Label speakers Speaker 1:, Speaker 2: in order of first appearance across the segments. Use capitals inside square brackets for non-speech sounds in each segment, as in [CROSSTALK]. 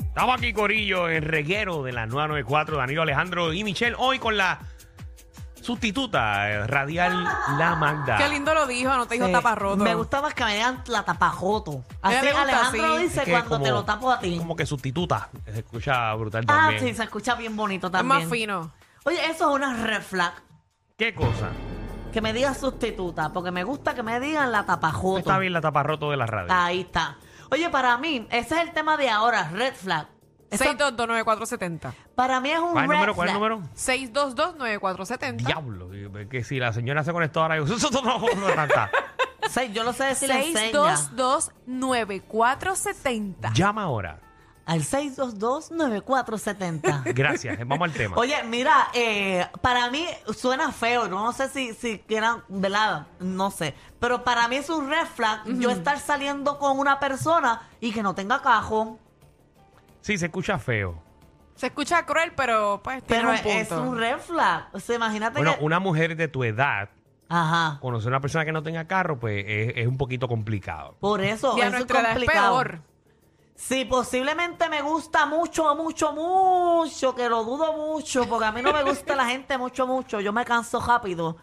Speaker 1: Estamos aquí, Corillo, en reguero de la 994, Danilo Alejandro y Michelle, hoy con la sustituta eh, radial La Magda.
Speaker 2: Qué lindo lo dijo, no te dijo
Speaker 3: Sí.
Speaker 2: taparroto.
Speaker 3: Me gusta más que me digan la tapajoto. Así
Speaker 2: Ella le gusta
Speaker 3: Alejandro
Speaker 2: así.
Speaker 3: dice
Speaker 1: Es que
Speaker 3: cuando
Speaker 1: como-
Speaker 3: te lo tapo a ti.
Speaker 1: Como que sustituta, se escucha brutal
Speaker 3: Ah,
Speaker 1: también.
Speaker 3: sí, se escucha bien bonito
Speaker 2: Es
Speaker 3: también.
Speaker 2: más fino.
Speaker 3: Oye, eso es una red flag.
Speaker 1: ¿Qué cosa?
Speaker 3: Que me digan sustituta, porque me gusta que me digan la tapajoto.
Speaker 1: Está bien la taparroto de la radio.
Speaker 3: Ahí está. Oye, para mí, ese es el tema de ahora, red flag. Eso-
Speaker 2: 6229470.
Speaker 3: para mí es un
Speaker 1: ¿Cuál es el
Speaker 3: red
Speaker 1: número? ¿Cuál es el
Speaker 3: flag.
Speaker 1: número?
Speaker 2: 6229470.
Speaker 1: Diablo, es que si la señora se conectó ahora, [LAUGHS] yo, eso no, no, no, no, no.
Speaker 3: Seis, yo lo sé decir en señas.
Speaker 2: 6229470.
Speaker 1: Llama ahora.
Speaker 3: Al
Speaker 2: [LAUGHS]
Speaker 3: 622-9470.
Speaker 1: Gracias, eh, vamos al tema.
Speaker 3: Oye, mira, eh, para mí suena feo, no, No sé si, si quieran, ¿verdad? No sé. Pero para mí es un red flag yo estar saliendo con una persona y que no tenga cajón.
Speaker 1: Sí, se escucha feo.
Speaker 2: Se escucha cruel, pero pues
Speaker 3: Pero
Speaker 2: tiene un punto.
Speaker 3: es un red flag. O sea, imagínate
Speaker 1: Bueno,
Speaker 3: que...
Speaker 1: una mujer de tu edad,
Speaker 3: Ajá.
Speaker 1: conocer a una persona que no tenga carro, pues es, es un poquito complicado.
Speaker 3: Por eso,
Speaker 2: y a
Speaker 3: eso es
Speaker 2: nuestra edad es
Speaker 3: complicado.
Speaker 2: peor.
Speaker 3: Si posiblemente me gusta mucho, mucho, mucho, que lo dudo mucho, porque a mí no me gusta la gente mucho, mucho, yo me canso rápido,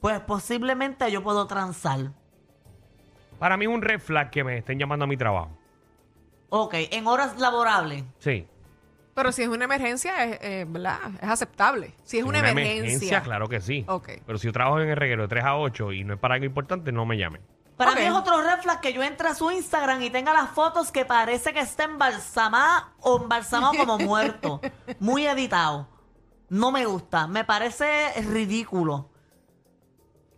Speaker 3: pues posiblemente yo puedo transar.
Speaker 1: Para mí es un red flag que me estén llamando a mi trabajo.
Speaker 3: Ok, en horas laborables.
Speaker 1: Sí.
Speaker 2: Pero si es una emergencia, es, eh, ¿verdad? es aceptable. Si es una, emergencia.
Speaker 1: claro que sí.
Speaker 2: Ok.
Speaker 1: Pero si yo trabajo en el reguero de 3 a 8 y no es para algo importante, no me llamen.
Speaker 3: Para
Speaker 2: Ok.
Speaker 3: mí es otro red flag que yo entre a su Instagram y tenga las fotos que parece que está embalsamada o embalsamado
Speaker 1: [LAUGHS]
Speaker 3: como muerto. Muy editado. No me gusta. Me parece ridículo.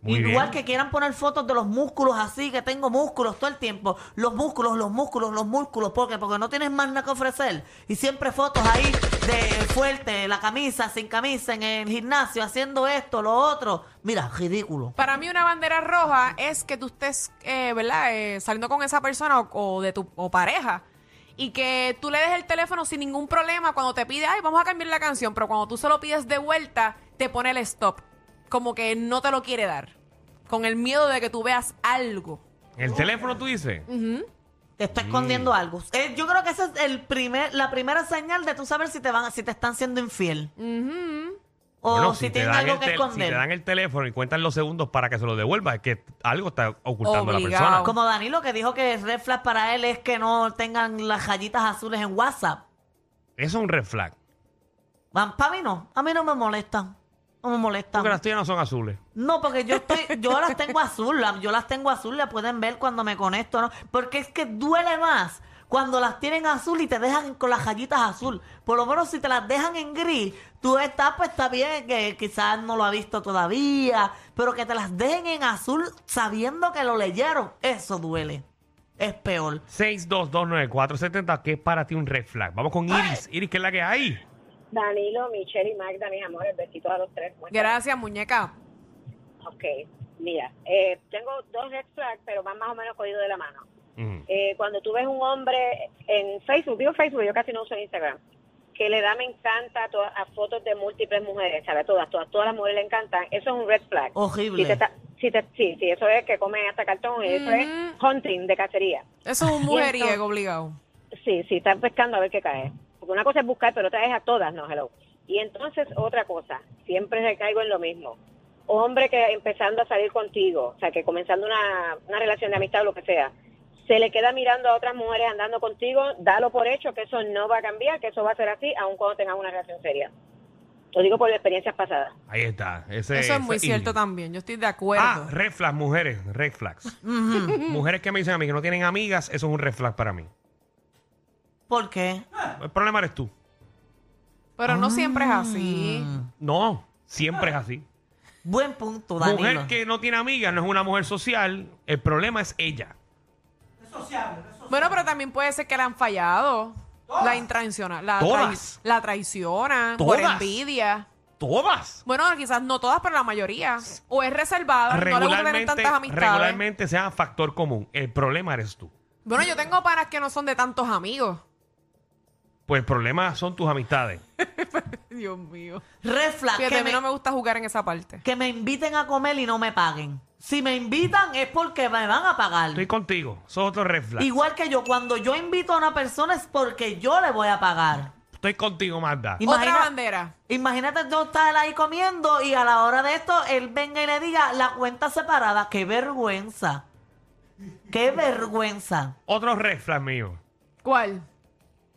Speaker 1: Muy
Speaker 3: Igual
Speaker 1: bien.
Speaker 3: que quieran poner fotos de los músculos así, que tengo músculos todo el tiempo. Los músculos, los músculos, los músculos. ¿Por qué? Porque no tienes más nada que ofrecer. Y siempre fotos ahí de fuerte, la camisa, sin camisa, en el gimnasio, haciendo esto, lo otro. Mira, ridículo.
Speaker 2: Para mí una bandera roja es que tú estés, eh, ¿verdad? eh, saliendo con esa persona o, o de tu o pareja y que tú le des el teléfono sin ningún problema cuando te pide, ay, vamos a cambiar la canción, pero cuando tú se lo pides de vuelta, te pone el stop. Como que no te lo quiere dar. Con el miedo de que tú veas algo.
Speaker 1: ¿El teléfono tú dices?
Speaker 3: Te está escondiendo algo. Eh, yo creo que esa es el primer, la primera señal de tú saber si te van, si te están siendo infiel. O
Speaker 1: Bueno,
Speaker 3: si,
Speaker 1: te
Speaker 3: tienen
Speaker 1: dan
Speaker 3: algo
Speaker 1: el
Speaker 3: que
Speaker 1: tel-
Speaker 3: esconder.
Speaker 1: Si te dan el teléfono y cuentan los segundos para que se lo devuelvas, es que algo está ocultando
Speaker 2: Obligado.
Speaker 1: la persona.
Speaker 3: Como Danilo que dijo que el red flag para él es que no tengan las rayitas azules en WhatsApp.
Speaker 1: Eso es un red flag.
Speaker 3: Para mí no, a mí no me molestan. No me molestan.
Speaker 1: Porque las tuyas no son azules.
Speaker 3: No, porque yo estoy, yo las tengo azul, la- yo las tengo azul, la pueden ver cuando me conecto, ¿no? Porque es que duele más cuando las tienen azul y te dejan con las rayitas azul. Por lo menos si te las dejan en gris, tú estás, pues está bien, que quizás no lo ha visto todavía, pero que te las dejen en azul sabiendo que lo leyeron, eso duele. Es peor.
Speaker 1: 6229470, que es para ti un red flag. Vamos con Iris. Iris, ¿qué es la que hay?
Speaker 4: Danilo, Michelle y Magda, mis amores, besitos a los tres. Bueno,
Speaker 2: Gracias, muñeca.
Speaker 4: Ok, mira, eh, tengo dos red flags, pero van más o menos cogidos de la mano.
Speaker 1: Mm.
Speaker 4: Eh, cuando tú ves un hombre en Facebook, digo Facebook, yo casi no uso Instagram, que le da me encanta a, todas- a fotos de múltiples mujeres, ¿sabes? Todas, todas, todas las mujeres le encantan. Eso es un red flag.
Speaker 3: Horrible.
Speaker 4: Si te está- si te- sí, sí, eso es que comen hasta cartón, eso es
Speaker 2: Ujú.
Speaker 4: hunting de cacería.
Speaker 2: Eso es un
Speaker 4: entonces-
Speaker 2: mujeriego obligado.
Speaker 4: Sí, sí, están pescando a ver qué cae. Porque una cosa es buscar, pero otra es a todas, no, hello. Y entonces, otra cosa, siempre recaigo en lo mismo. Hombre que empezando a salir contigo, o sea, que comenzando una, una relación de amistad o lo que sea, se le queda mirando a otras mujeres andando contigo, dalo por hecho que eso no va a cambiar, que eso va a ser así, aun cuando tengas una relación seria. Lo digo por experiencias pasadas.
Speaker 1: Ahí está. Ese-
Speaker 2: Eso es muy
Speaker 1: ese
Speaker 2: cierto
Speaker 1: Iris.
Speaker 2: también. Yo estoy de acuerdo.
Speaker 1: Ah, red flags, mujeres, red flags.
Speaker 3: Ujú.
Speaker 1: mujeres que me dicen a mí que no tienen amigas, eso es un red flag para mí.
Speaker 3: ¿Por qué?
Speaker 1: El problema eres tú.
Speaker 2: pero no siempre es así.
Speaker 1: No, siempre es así.
Speaker 3: Buen punto, Danilo.
Speaker 1: Mujer que no tiene amigas no es una mujer social. El problema es ella.
Speaker 2: Bueno, pero también puede ser que la han fallado. La intraiciona, la,
Speaker 1: Todas.
Speaker 2: trai- la traiciona por
Speaker 1: Todas.
Speaker 2: envidia.
Speaker 1: Todas.
Speaker 2: Bueno, quizás no todas, pero la mayoría. O es reservada, no le gusta tener
Speaker 1: Regularmente,
Speaker 2: tantas amistades.
Speaker 1: regularmente sea factor común. El problema eres tú.
Speaker 2: Bueno, yo tengo panas que no son de tantos amigos. [LAUGHS]
Speaker 1: Pues el problema son tus amistades.
Speaker 2: Dios mío.
Speaker 3: Red flag,
Speaker 2: Fíjate,
Speaker 3: que
Speaker 2: a mí
Speaker 3: me-
Speaker 2: no me gusta jugar en esa parte.
Speaker 3: que me inviten a comer y no me paguen. Si me invitan es porque me van a pagar.
Speaker 1: Estoy contigo. Eso es otro red flag.
Speaker 3: Igual que yo, cuando yo invito a una persona es porque yo le voy a pagar.
Speaker 1: Estoy contigo, Magda.
Speaker 3: Y- Imagina-
Speaker 2: Otra bandera.
Speaker 3: Imagínate tú estar ahí comiendo y a la hora de esto él venga y le diga la cuenta separada. ¡Qué vergüenza! ¡Qué vergüenza!
Speaker 1: Otro red flag mío.
Speaker 2: ¿Cuál?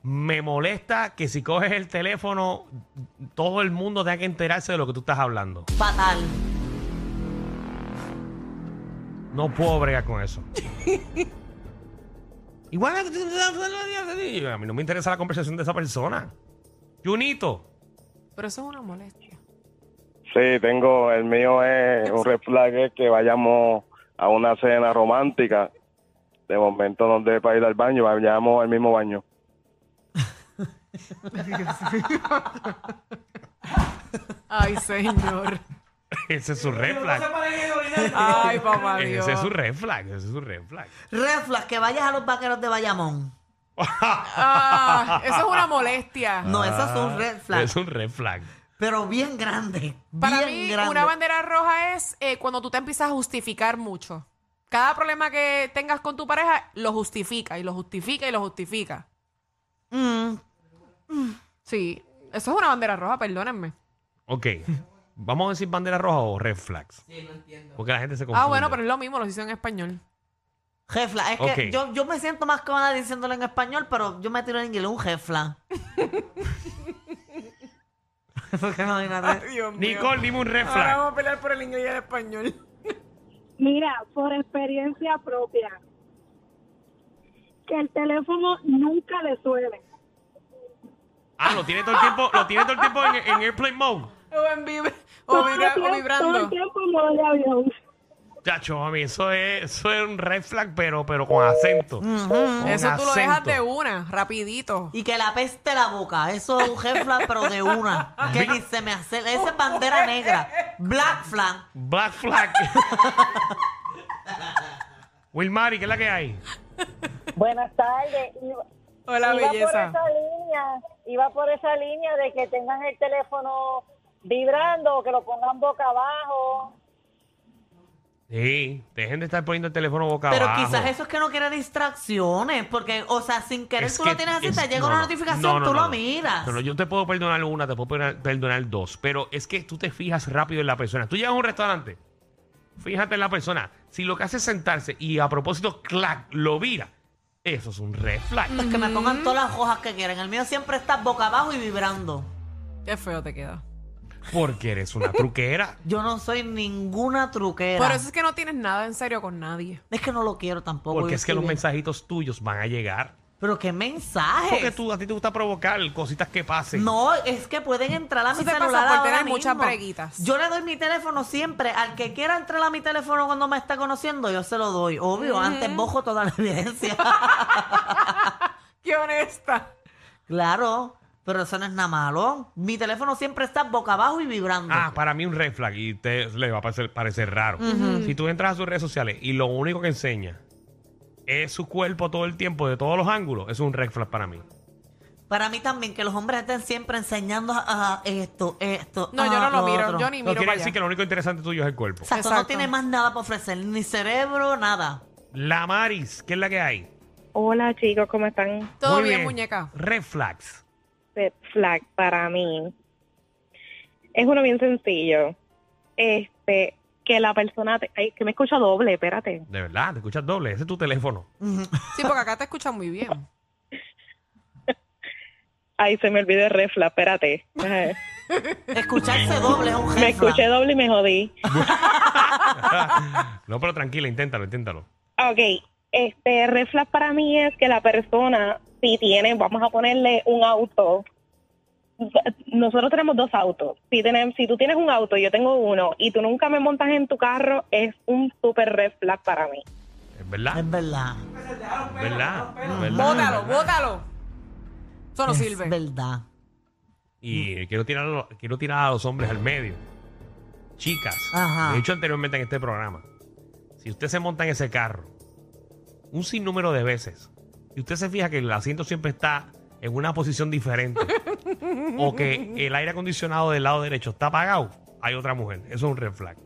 Speaker 1: Me molesta que si coges el teléfono, todo el mundo tenga que enterarse de lo que tú estás hablando.
Speaker 3: Fatal.
Speaker 1: No puedo bregar con eso. [LAUGHS] Igual a mí no me interesa la conversación de esa persona. Junito, [LAUGHS]
Speaker 2: Pero eso es una molestia.
Speaker 5: Sí, tengo, el mío es un red flag es que vayamos a una cena romántica. De momento nos dé para ir al baño, vayamos al mismo baño.
Speaker 2: Ay,
Speaker 1: [LAUGHS]
Speaker 2: señor.
Speaker 1: ese es su red flag.
Speaker 2: Ay, papá Dios.
Speaker 1: Ese es su red flag, ese es su red flag.
Speaker 3: Reflas, que vayas a los vaqueros de Bayamón.
Speaker 2: Ah, eso es una
Speaker 1: [LAUGHS]
Speaker 2: molestia.
Speaker 3: No, eso es un red flag.
Speaker 1: Ah, Es un red flag.
Speaker 3: Pero bien grande.
Speaker 2: Para
Speaker 3: bien
Speaker 2: mí,
Speaker 3: grande.
Speaker 2: una bandera roja es eh, cuando tú te empiezas a justificar mucho. Cada problema que tengas con tu pareja lo justifica y lo justifica y lo justifica.
Speaker 3: Mm,
Speaker 2: Sí, eso es una bandera roja, perdónenme. Ah,
Speaker 1: Ok. Vamos a decir bandera roja o red flags. Sí, no entiendo. Porque la gente se confunde.
Speaker 2: Ah, bueno, pero es lo mismo, lo hizo en español.
Speaker 3: Jefla, es
Speaker 1: Ok.
Speaker 3: que yo, yo me siento más cómoda diciéndolo en español, pero yo me tiro en inglés un jefla. [LAUGHS] Porque imagínate.
Speaker 2: Dios
Speaker 1: Nicole, dime un red flag.
Speaker 2: a pelear por el inglés y el español.
Speaker 6: Mira, por experiencia propia, que el teléfono nunca le suene.
Speaker 1: Ah, lo tiene todo el tiempo, lo tiene todo el tiempo en, en airplane mode.
Speaker 2: O en vib- o
Speaker 6: Todo el
Speaker 2: vibra- o
Speaker 6: tiempo- Todo el
Speaker 2: vibrando.
Speaker 6: tiempo en modo de avión.
Speaker 1: Chacho, a mí eso es, eso es un red flag, pero, pero con acento. Con
Speaker 2: Eso tú lo dejas
Speaker 1: acento.
Speaker 2: de una, rapidito.
Speaker 3: Y que la peste la boca. Eso es un jefla, pero de una. Que ni se me hace. Esa es bandera negra. Black flag.
Speaker 1: Black flag. [LAUGHS] Wilmary, ¿qué es la que hay?
Speaker 7: Buenas tardes. Iba,
Speaker 2: Hola,
Speaker 7: iba
Speaker 2: belleza.
Speaker 7: por esa línea, iba por esa línea de que tengan el teléfono vibrando, o que lo pongan boca abajo.
Speaker 1: Sí, dejen de estar poniendo el teléfono boca
Speaker 3: Pero
Speaker 1: abajo.
Speaker 3: quizás eso es que no quiere distracciones. Porque, o sea, sin querer
Speaker 1: Es
Speaker 3: tú
Speaker 1: que-
Speaker 3: lo tienes así,
Speaker 1: es-
Speaker 3: te llega
Speaker 1: no,
Speaker 3: una
Speaker 1: no.
Speaker 3: notificación,
Speaker 1: No, no,
Speaker 3: tú
Speaker 1: no,
Speaker 3: lo
Speaker 1: no.
Speaker 3: miras.
Speaker 1: No, no, yo te puedo perdonar una, te puedo perdonar- perdonar dos, pero es que tú te fijas rápido en la persona. Tú llegas a un restaurante, fíjate en la persona. Si lo que hace es sentarse y a propósito, clac, lo vira, eso es un red flag.
Speaker 3: [LAUGHS] Pues que me pongan todas las hojas que quieran. El mío siempre está boca abajo y vibrando.
Speaker 2: Qué feo te queda.
Speaker 1: Porque eres una truquera.
Speaker 3: Yo no soy ninguna truquera.
Speaker 2: Por eso es que no tienes nada en serio con nadie.
Speaker 3: Es que no lo quiero tampoco.
Speaker 1: Porque
Speaker 3: yo
Speaker 1: es que
Speaker 3: estoy
Speaker 1: los
Speaker 3: bien.
Speaker 1: mensajitos tuyos van a llegar.
Speaker 3: Pero qué mensaje.
Speaker 1: Porque tú, a ti te gusta provocar cositas que pasen.
Speaker 3: No, es que pueden entrar a
Speaker 2: Eso
Speaker 3: mi
Speaker 2: te pasa
Speaker 3: celular
Speaker 2: por
Speaker 3: ahora
Speaker 2: tener muchas
Speaker 3: mismo.
Speaker 2: breguitas.
Speaker 3: Yo le doy mi teléfono siempre. Al que quiera entrar a mi teléfono cuando me está conociendo, yo se lo doy. Obvio, antes bojo toda la [LAUGHS] evidencia.
Speaker 2: ¡Qué honesta!
Speaker 3: claro, pero eso no es nada malo. Mi teléfono siempre está boca abajo y vibrando.
Speaker 1: Ah, para mí un red flag y te le va a parecer, parecer raro. Si tú entras a sus redes sociales y lo único que enseña es su cuerpo todo el tiempo, de todos los ángulos, es un red flag para mí.
Speaker 3: Para mí también, que los hombres estén siempre enseñando ah, esto, esto.
Speaker 2: No,
Speaker 3: ah,
Speaker 2: yo no lo miro,
Speaker 3: otro.
Speaker 2: yo ni
Speaker 1: No
Speaker 2: miro
Speaker 1: quiere
Speaker 2: para
Speaker 1: decir
Speaker 2: allá.
Speaker 1: que lo único interesante tuyo es el cuerpo.
Speaker 3: Exacto, no
Speaker 2: Exacto.
Speaker 3: tiene más nada para ofrecer, ni cerebro, nada.
Speaker 1: La Maris, ¿qué es la que hay?
Speaker 8: Hola chicos, ¿cómo están?
Speaker 2: Todo
Speaker 1: Muy
Speaker 2: bien, muñeca.
Speaker 1: Red flags.
Speaker 8: Red flag para mí. Es uno bien sencillo. Este, que la persona, te- ay, que me escucha doble, espérate.
Speaker 1: De verdad, te escuchas doble. Ese es tu teléfono.
Speaker 2: Sí, porque acá te escuchan
Speaker 1: [LAUGHS]
Speaker 2: muy bien.
Speaker 8: Ay, se me olvidó el red
Speaker 6: [LAUGHS]
Speaker 8: flag, espérate. Ajá.
Speaker 3: Escucharse doble es un
Speaker 8: Me
Speaker 3: red flag.
Speaker 8: escuché doble y me jodí.
Speaker 1: No, pero tranquila, inténtalo, inténtalo.
Speaker 8: Ok, este red flag para mí es que la persona, si tiene, vamos a ponerle un auto. Nosotros tenemos dos autos. Si, tenemos, si tú tienes un auto y yo tengo uno y tú nunca me montas en tu carro, es un super red flag para mí.
Speaker 1: Es verdad,
Speaker 3: Es verdad.
Speaker 1: es verdad. es verdad,
Speaker 2: Bótalo,
Speaker 1: es verdad.
Speaker 2: bótalo. Eso no
Speaker 3: es
Speaker 2: sirve.
Speaker 3: verdad.
Speaker 1: Y quiero tirar, a los- quiero tirar a los hombres al medio. Chicas,
Speaker 3: Ajá.
Speaker 1: lo he dicho anteriormente en este programa. Si usted se monta en ese carro un sinnúmero de veces y usted se fija que el asiento siempre está en una posición diferente o que el aire acondicionado del lado derecho está apagado, hay otra mujer. Eso es un red flag.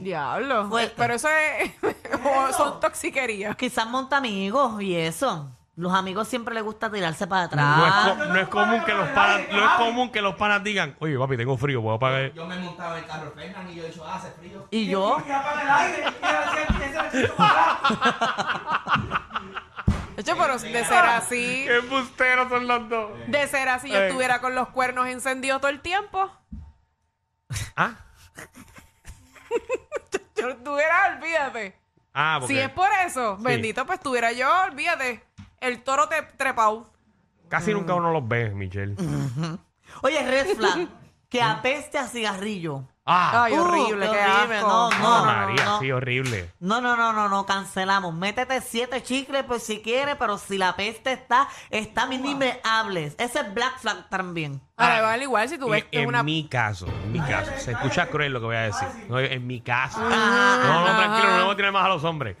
Speaker 2: Diablo.
Speaker 3: Fuerte.
Speaker 2: Pero eso es. [LAUGHS] como son toxiquerías.
Speaker 3: Quizás monta amigos y eso. Los amigos siempre les gusta tirarse para
Speaker 1: No es,
Speaker 3: atrás.
Speaker 1: co- no es común que los panas, no es común que los panas digan, oye papi, tengo frío, puedo apagar.
Speaker 9: Yo me montaba en el carro de Fernan y yo he dicho, ah, hace frío.
Speaker 3: Y yo,
Speaker 9: Y apaga el aire. y hace- y hace- y hace-
Speaker 2: De hecho, pero de ser así,
Speaker 1: ¡Qué Eh. embusteros son los dos!
Speaker 2: de ser así, yo
Speaker 1: Ey.
Speaker 2: estuviera con los cuernos encendidos todo el tiempo.
Speaker 1: ¿Ah?
Speaker 2: Yo estuviera, olvídate.
Speaker 1: Ah, porque
Speaker 2: Si es por eso, bendito, pues estuviera yo, olvídate. El toro te trepau.
Speaker 1: casi nunca uno los ve, Michelle.
Speaker 3: oye, red
Speaker 1: [LAUGHS]
Speaker 3: flag, que apeste a cigarrillo.
Speaker 1: ¡Ah!
Speaker 2: Ay, horrible,
Speaker 3: qué
Speaker 2: qué
Speaker 3: horrible,
Speaker 2: asco.
Speaker 3: no, no.
Speaker 1: Ave María,
Speaker 3: no.
Speaker 1: sí, horrible.
Speaker 3: No, no, no, no, no, cancelamos. Métete siete chicles pues si quieres, pero si la peste está, está mí ni me hables. Ese es black flag también.
Speaker 2: Ahora, vale, igual si tú ves que
Speaker 1: Ah. en
Speaker 2: es una.
Speaker 1: mi caso, en mi caso. Se escucha cruel lo que voy a decir. No, en mi caso.
Speaker 3: Ah,
Speaker 1: No, no,
Speaker 2: Ajá.
Speaker 1: tranquilo, no vamos a tirar más a los hombres.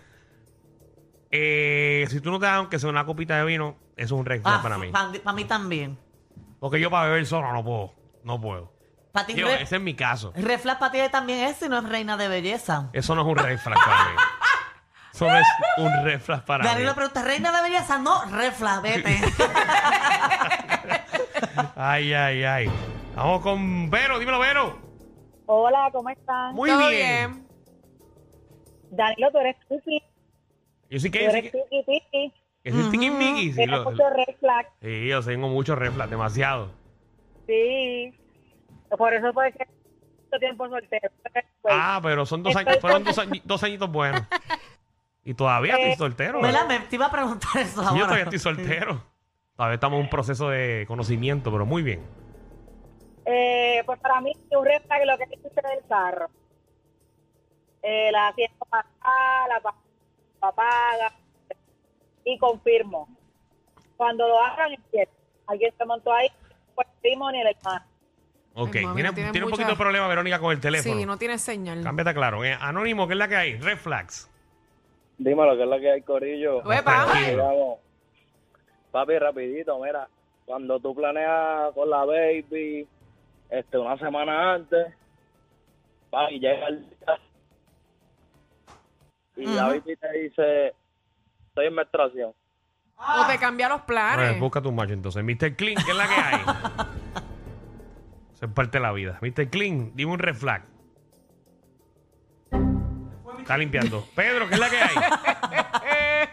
Speaker 1: Eh, si tú no te das, aunque sea una copita de vino, eso es un red flag
Speaker 3: ah,
Speaker 1: para mí.
Speaker 3: pa- pa' mí también.
Speaker 1: Porque yo para beber solo no puedo. No puedo.
Speaker 3: Para ti,
Speaker 1: Digo,
Speaker 3: red,
Speaker 1: ese es mi caso.
Speaker 3: red flag para ti también es si no es reina de belleza.
Speaker 1: Eso no es un red flag para mí. Eso no es un red flag para mí.
Speaker 3: Danilo pregunta, ¿reina de belleza? No, red flag, vete.
Speaker 1: [LAUGHS] Ay, ay, ay. Vamos con Vero, dímelo, Vero.
Speaker 7: Hola, ¿cómo están?
Speaker 1: Muy
Speaker 2: Todo
Speaker 1: bien.
Speaker 2: bien.
Speaker 7: Danilo, tú eres tuki,
Speaker 1: Yo sí
Speaker 7: tú
Speaker 1: que. yo sí
Speaker 7: eres
Speaker 1: que-
Speaker 7: tuki, tuki.
Speaker 1: que soy tiquismiquis, sí,
Speaker 7: Tienes
Speaker 1: lo-
Speaker 7: mucho red flag,
Speaker 1: Sí, yo tengo muchos red flags, demasiado.
Speaker 7: sí. Por eso puede ser mucho tiempo soltero. Pues,
Speaker 1: Ah, pero son dos años, fueron dos, añi- dos añitos buenos. Y todavía estoy soltero.
Speaker 3: Vela, Eh, me te iba a preguntar
Speaker 1: Sí,
Speaker 3: eso ahora.
Speaker 1: yo todavía estoy soltero. Todavía estamos en un proceso de conocimiento, pero muy bien.
Speaker 7: eh, pues para mí, un red flag es lo que dijiste del carro. Eh, la haciendo pasar, la pa- la paga. Y confirmo. Cuando lo hagan, es cierto. Alguien se montó ahí, pues primo ni el hermano.
Speaker 1: Ok,
Speaker 2: Ay, mami,
Speaker 1: tiene,
Speaker 2: tiene
Speaker 1: tiene un
Speaker 2: mucha-
Speaker 1: poquito de problema Verónica con el teléfono.
Speaker 2: Sí, no tiene señal.
Speaker 1: Cámbiate a claro. Eh, anónimo, ¿qué es la que hay? Red flags.
Speaker 5: Dímelo, que es la que hay, Corillo.
Speaker 2: Uepa.
Speaker 1: Tranquilo.
Speaker 5: Vamos. Papi, rapidito, mira, cuando tú planeas con la baby, este, una semana antes, papi, llega el día y la baby te dice, estoy en menstruación.
Speaker 2: O te cambia los
Speaker 1: Bueno,
Speaker 2: planes.
Speaker 1: busca tu macho entonces. Mr. Clean, ¿qué es la que hay? Eso es parte de la vida. Mr. Clean, dime un red flag. Está limpiando. Pedro, ¿qué es la que hay?
Speaker 2: Eh,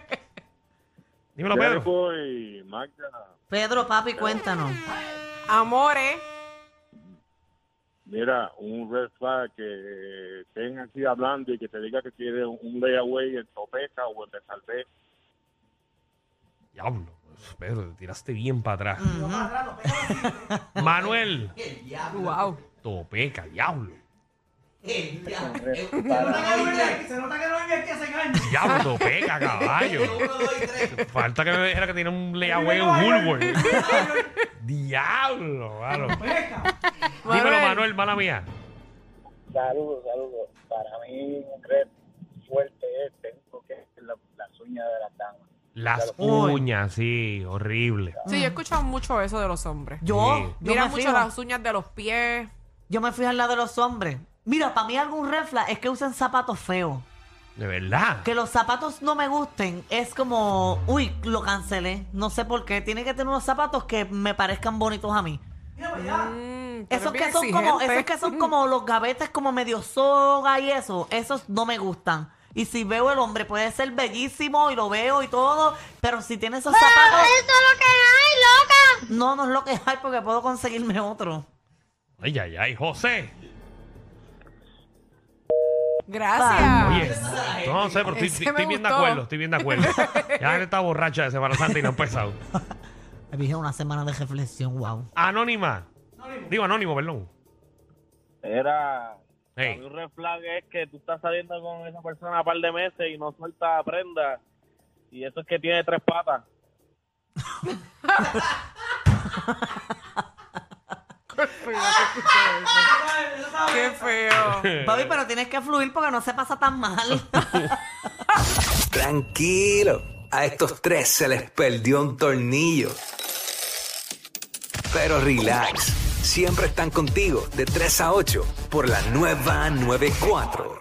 Speaker 1: Dímelo, Pedro.
Speaker 5: voy, Magda.
Speaker 3: Pedro, papi, cuéntanos.
Speaker 2: Amores.
Speaker 5: Mira, un red flag que eh, estén aquí hablando y que te diga que quiere un layaway en Topeka o en Besalté.
Speaker 1: Diablo. Pedro, te tiraste bien para atrás. Manuel.
Speaker 9: El diablo.
Speaker 2: Wow.
Speaker 1: Topeca, diablo.
Speaker 9: El diablo. Se nota que no vive aquí, se nota que no vive aquí hace años.
Speaker 1: Diablo, topeca, caballo.
Speaker 9: Uno, dos y tres.
Speaker 1: Falta que me dijera que tiene un layaway en Woolworth. Diablo, mano. Dímelo, Manuel, mala mía.
Speaker 5: Saludos, saludos. Para mí un red fuerte es, tengo que es la, las uñas de las damas.
Speaker 1: Las
Speaker 3: Uy.
Speaker 1: uñas, sí, horrible.
Speaker 2: Sí, yo he escuchado mucho eso de los hombres.
Speaker 3: Yo,
Speaker 1: Sí.
Speaker 3: yo
Speaker 2: Mira
Speaker 3: me
Speaker 2: mucho
Speaker 3: fijo.
Speaker 2: las uñas de los pies.
Speaker 3: Yo me fijo en la de los hombres. Mira, para mí algún red flag es que usen zapatos feos.
Speaker 1: De verdad.
Speaker 3: Que los zapatos no me gusten es como, uy, lo cancelé. No sé por qué. Tiene que tener unos zapatos que me parezcan bonitos a mí.
Speaker 2: Mm, pero
Speaker 3: Esos
Speaker 2: es bien
Speaker 3: que, son como,
Speaker 2: exigente.
Speaker 3: esos que son como los gavetes como medio soga y eso, esos no me gustan. Y si veo el hombre, puede ser bellísimo y lo veo y todo, pero si tiene esos zapatos... ¡Eso es lo que hay, loca! No, no es lo que hay porque puedo conseguirme otro.
Speaker 1: Ay, ay, ay, José.
Speaker 2: Gracias.
Speaker 1: Oye, no sé, pero estoy,
Speaker 2: Ese me
Speaker 1: estoy bien de
Speaker 2: gustó.
Speaker 1: acuerdo, estoy bien de acuerdo. Ya está borracha de Semana Santa y no ha empezado.
Speaker 3: Me dije una semana de reflexión, wow.
Speaker 1: Anónima. Digo anónimo, perdón.
Speaker 5: Era
Speaker 1: Hey.
Speaker 5: A mí un red flag es que tú estás saliendo con esa persona un par de meses y no suelta prenda. Y eso es que tiene tres patas.
Speaker 2: Qué feo.
Speaker 3: Papi, pero tienes que fluir porque no se pasa tan mal.
Speaker 9: Tranquilo,
Speaker 10: A estos tres se les perdió un tornillo. Pero relax, siempre están contigo de 3 a 8 por la nueva 94.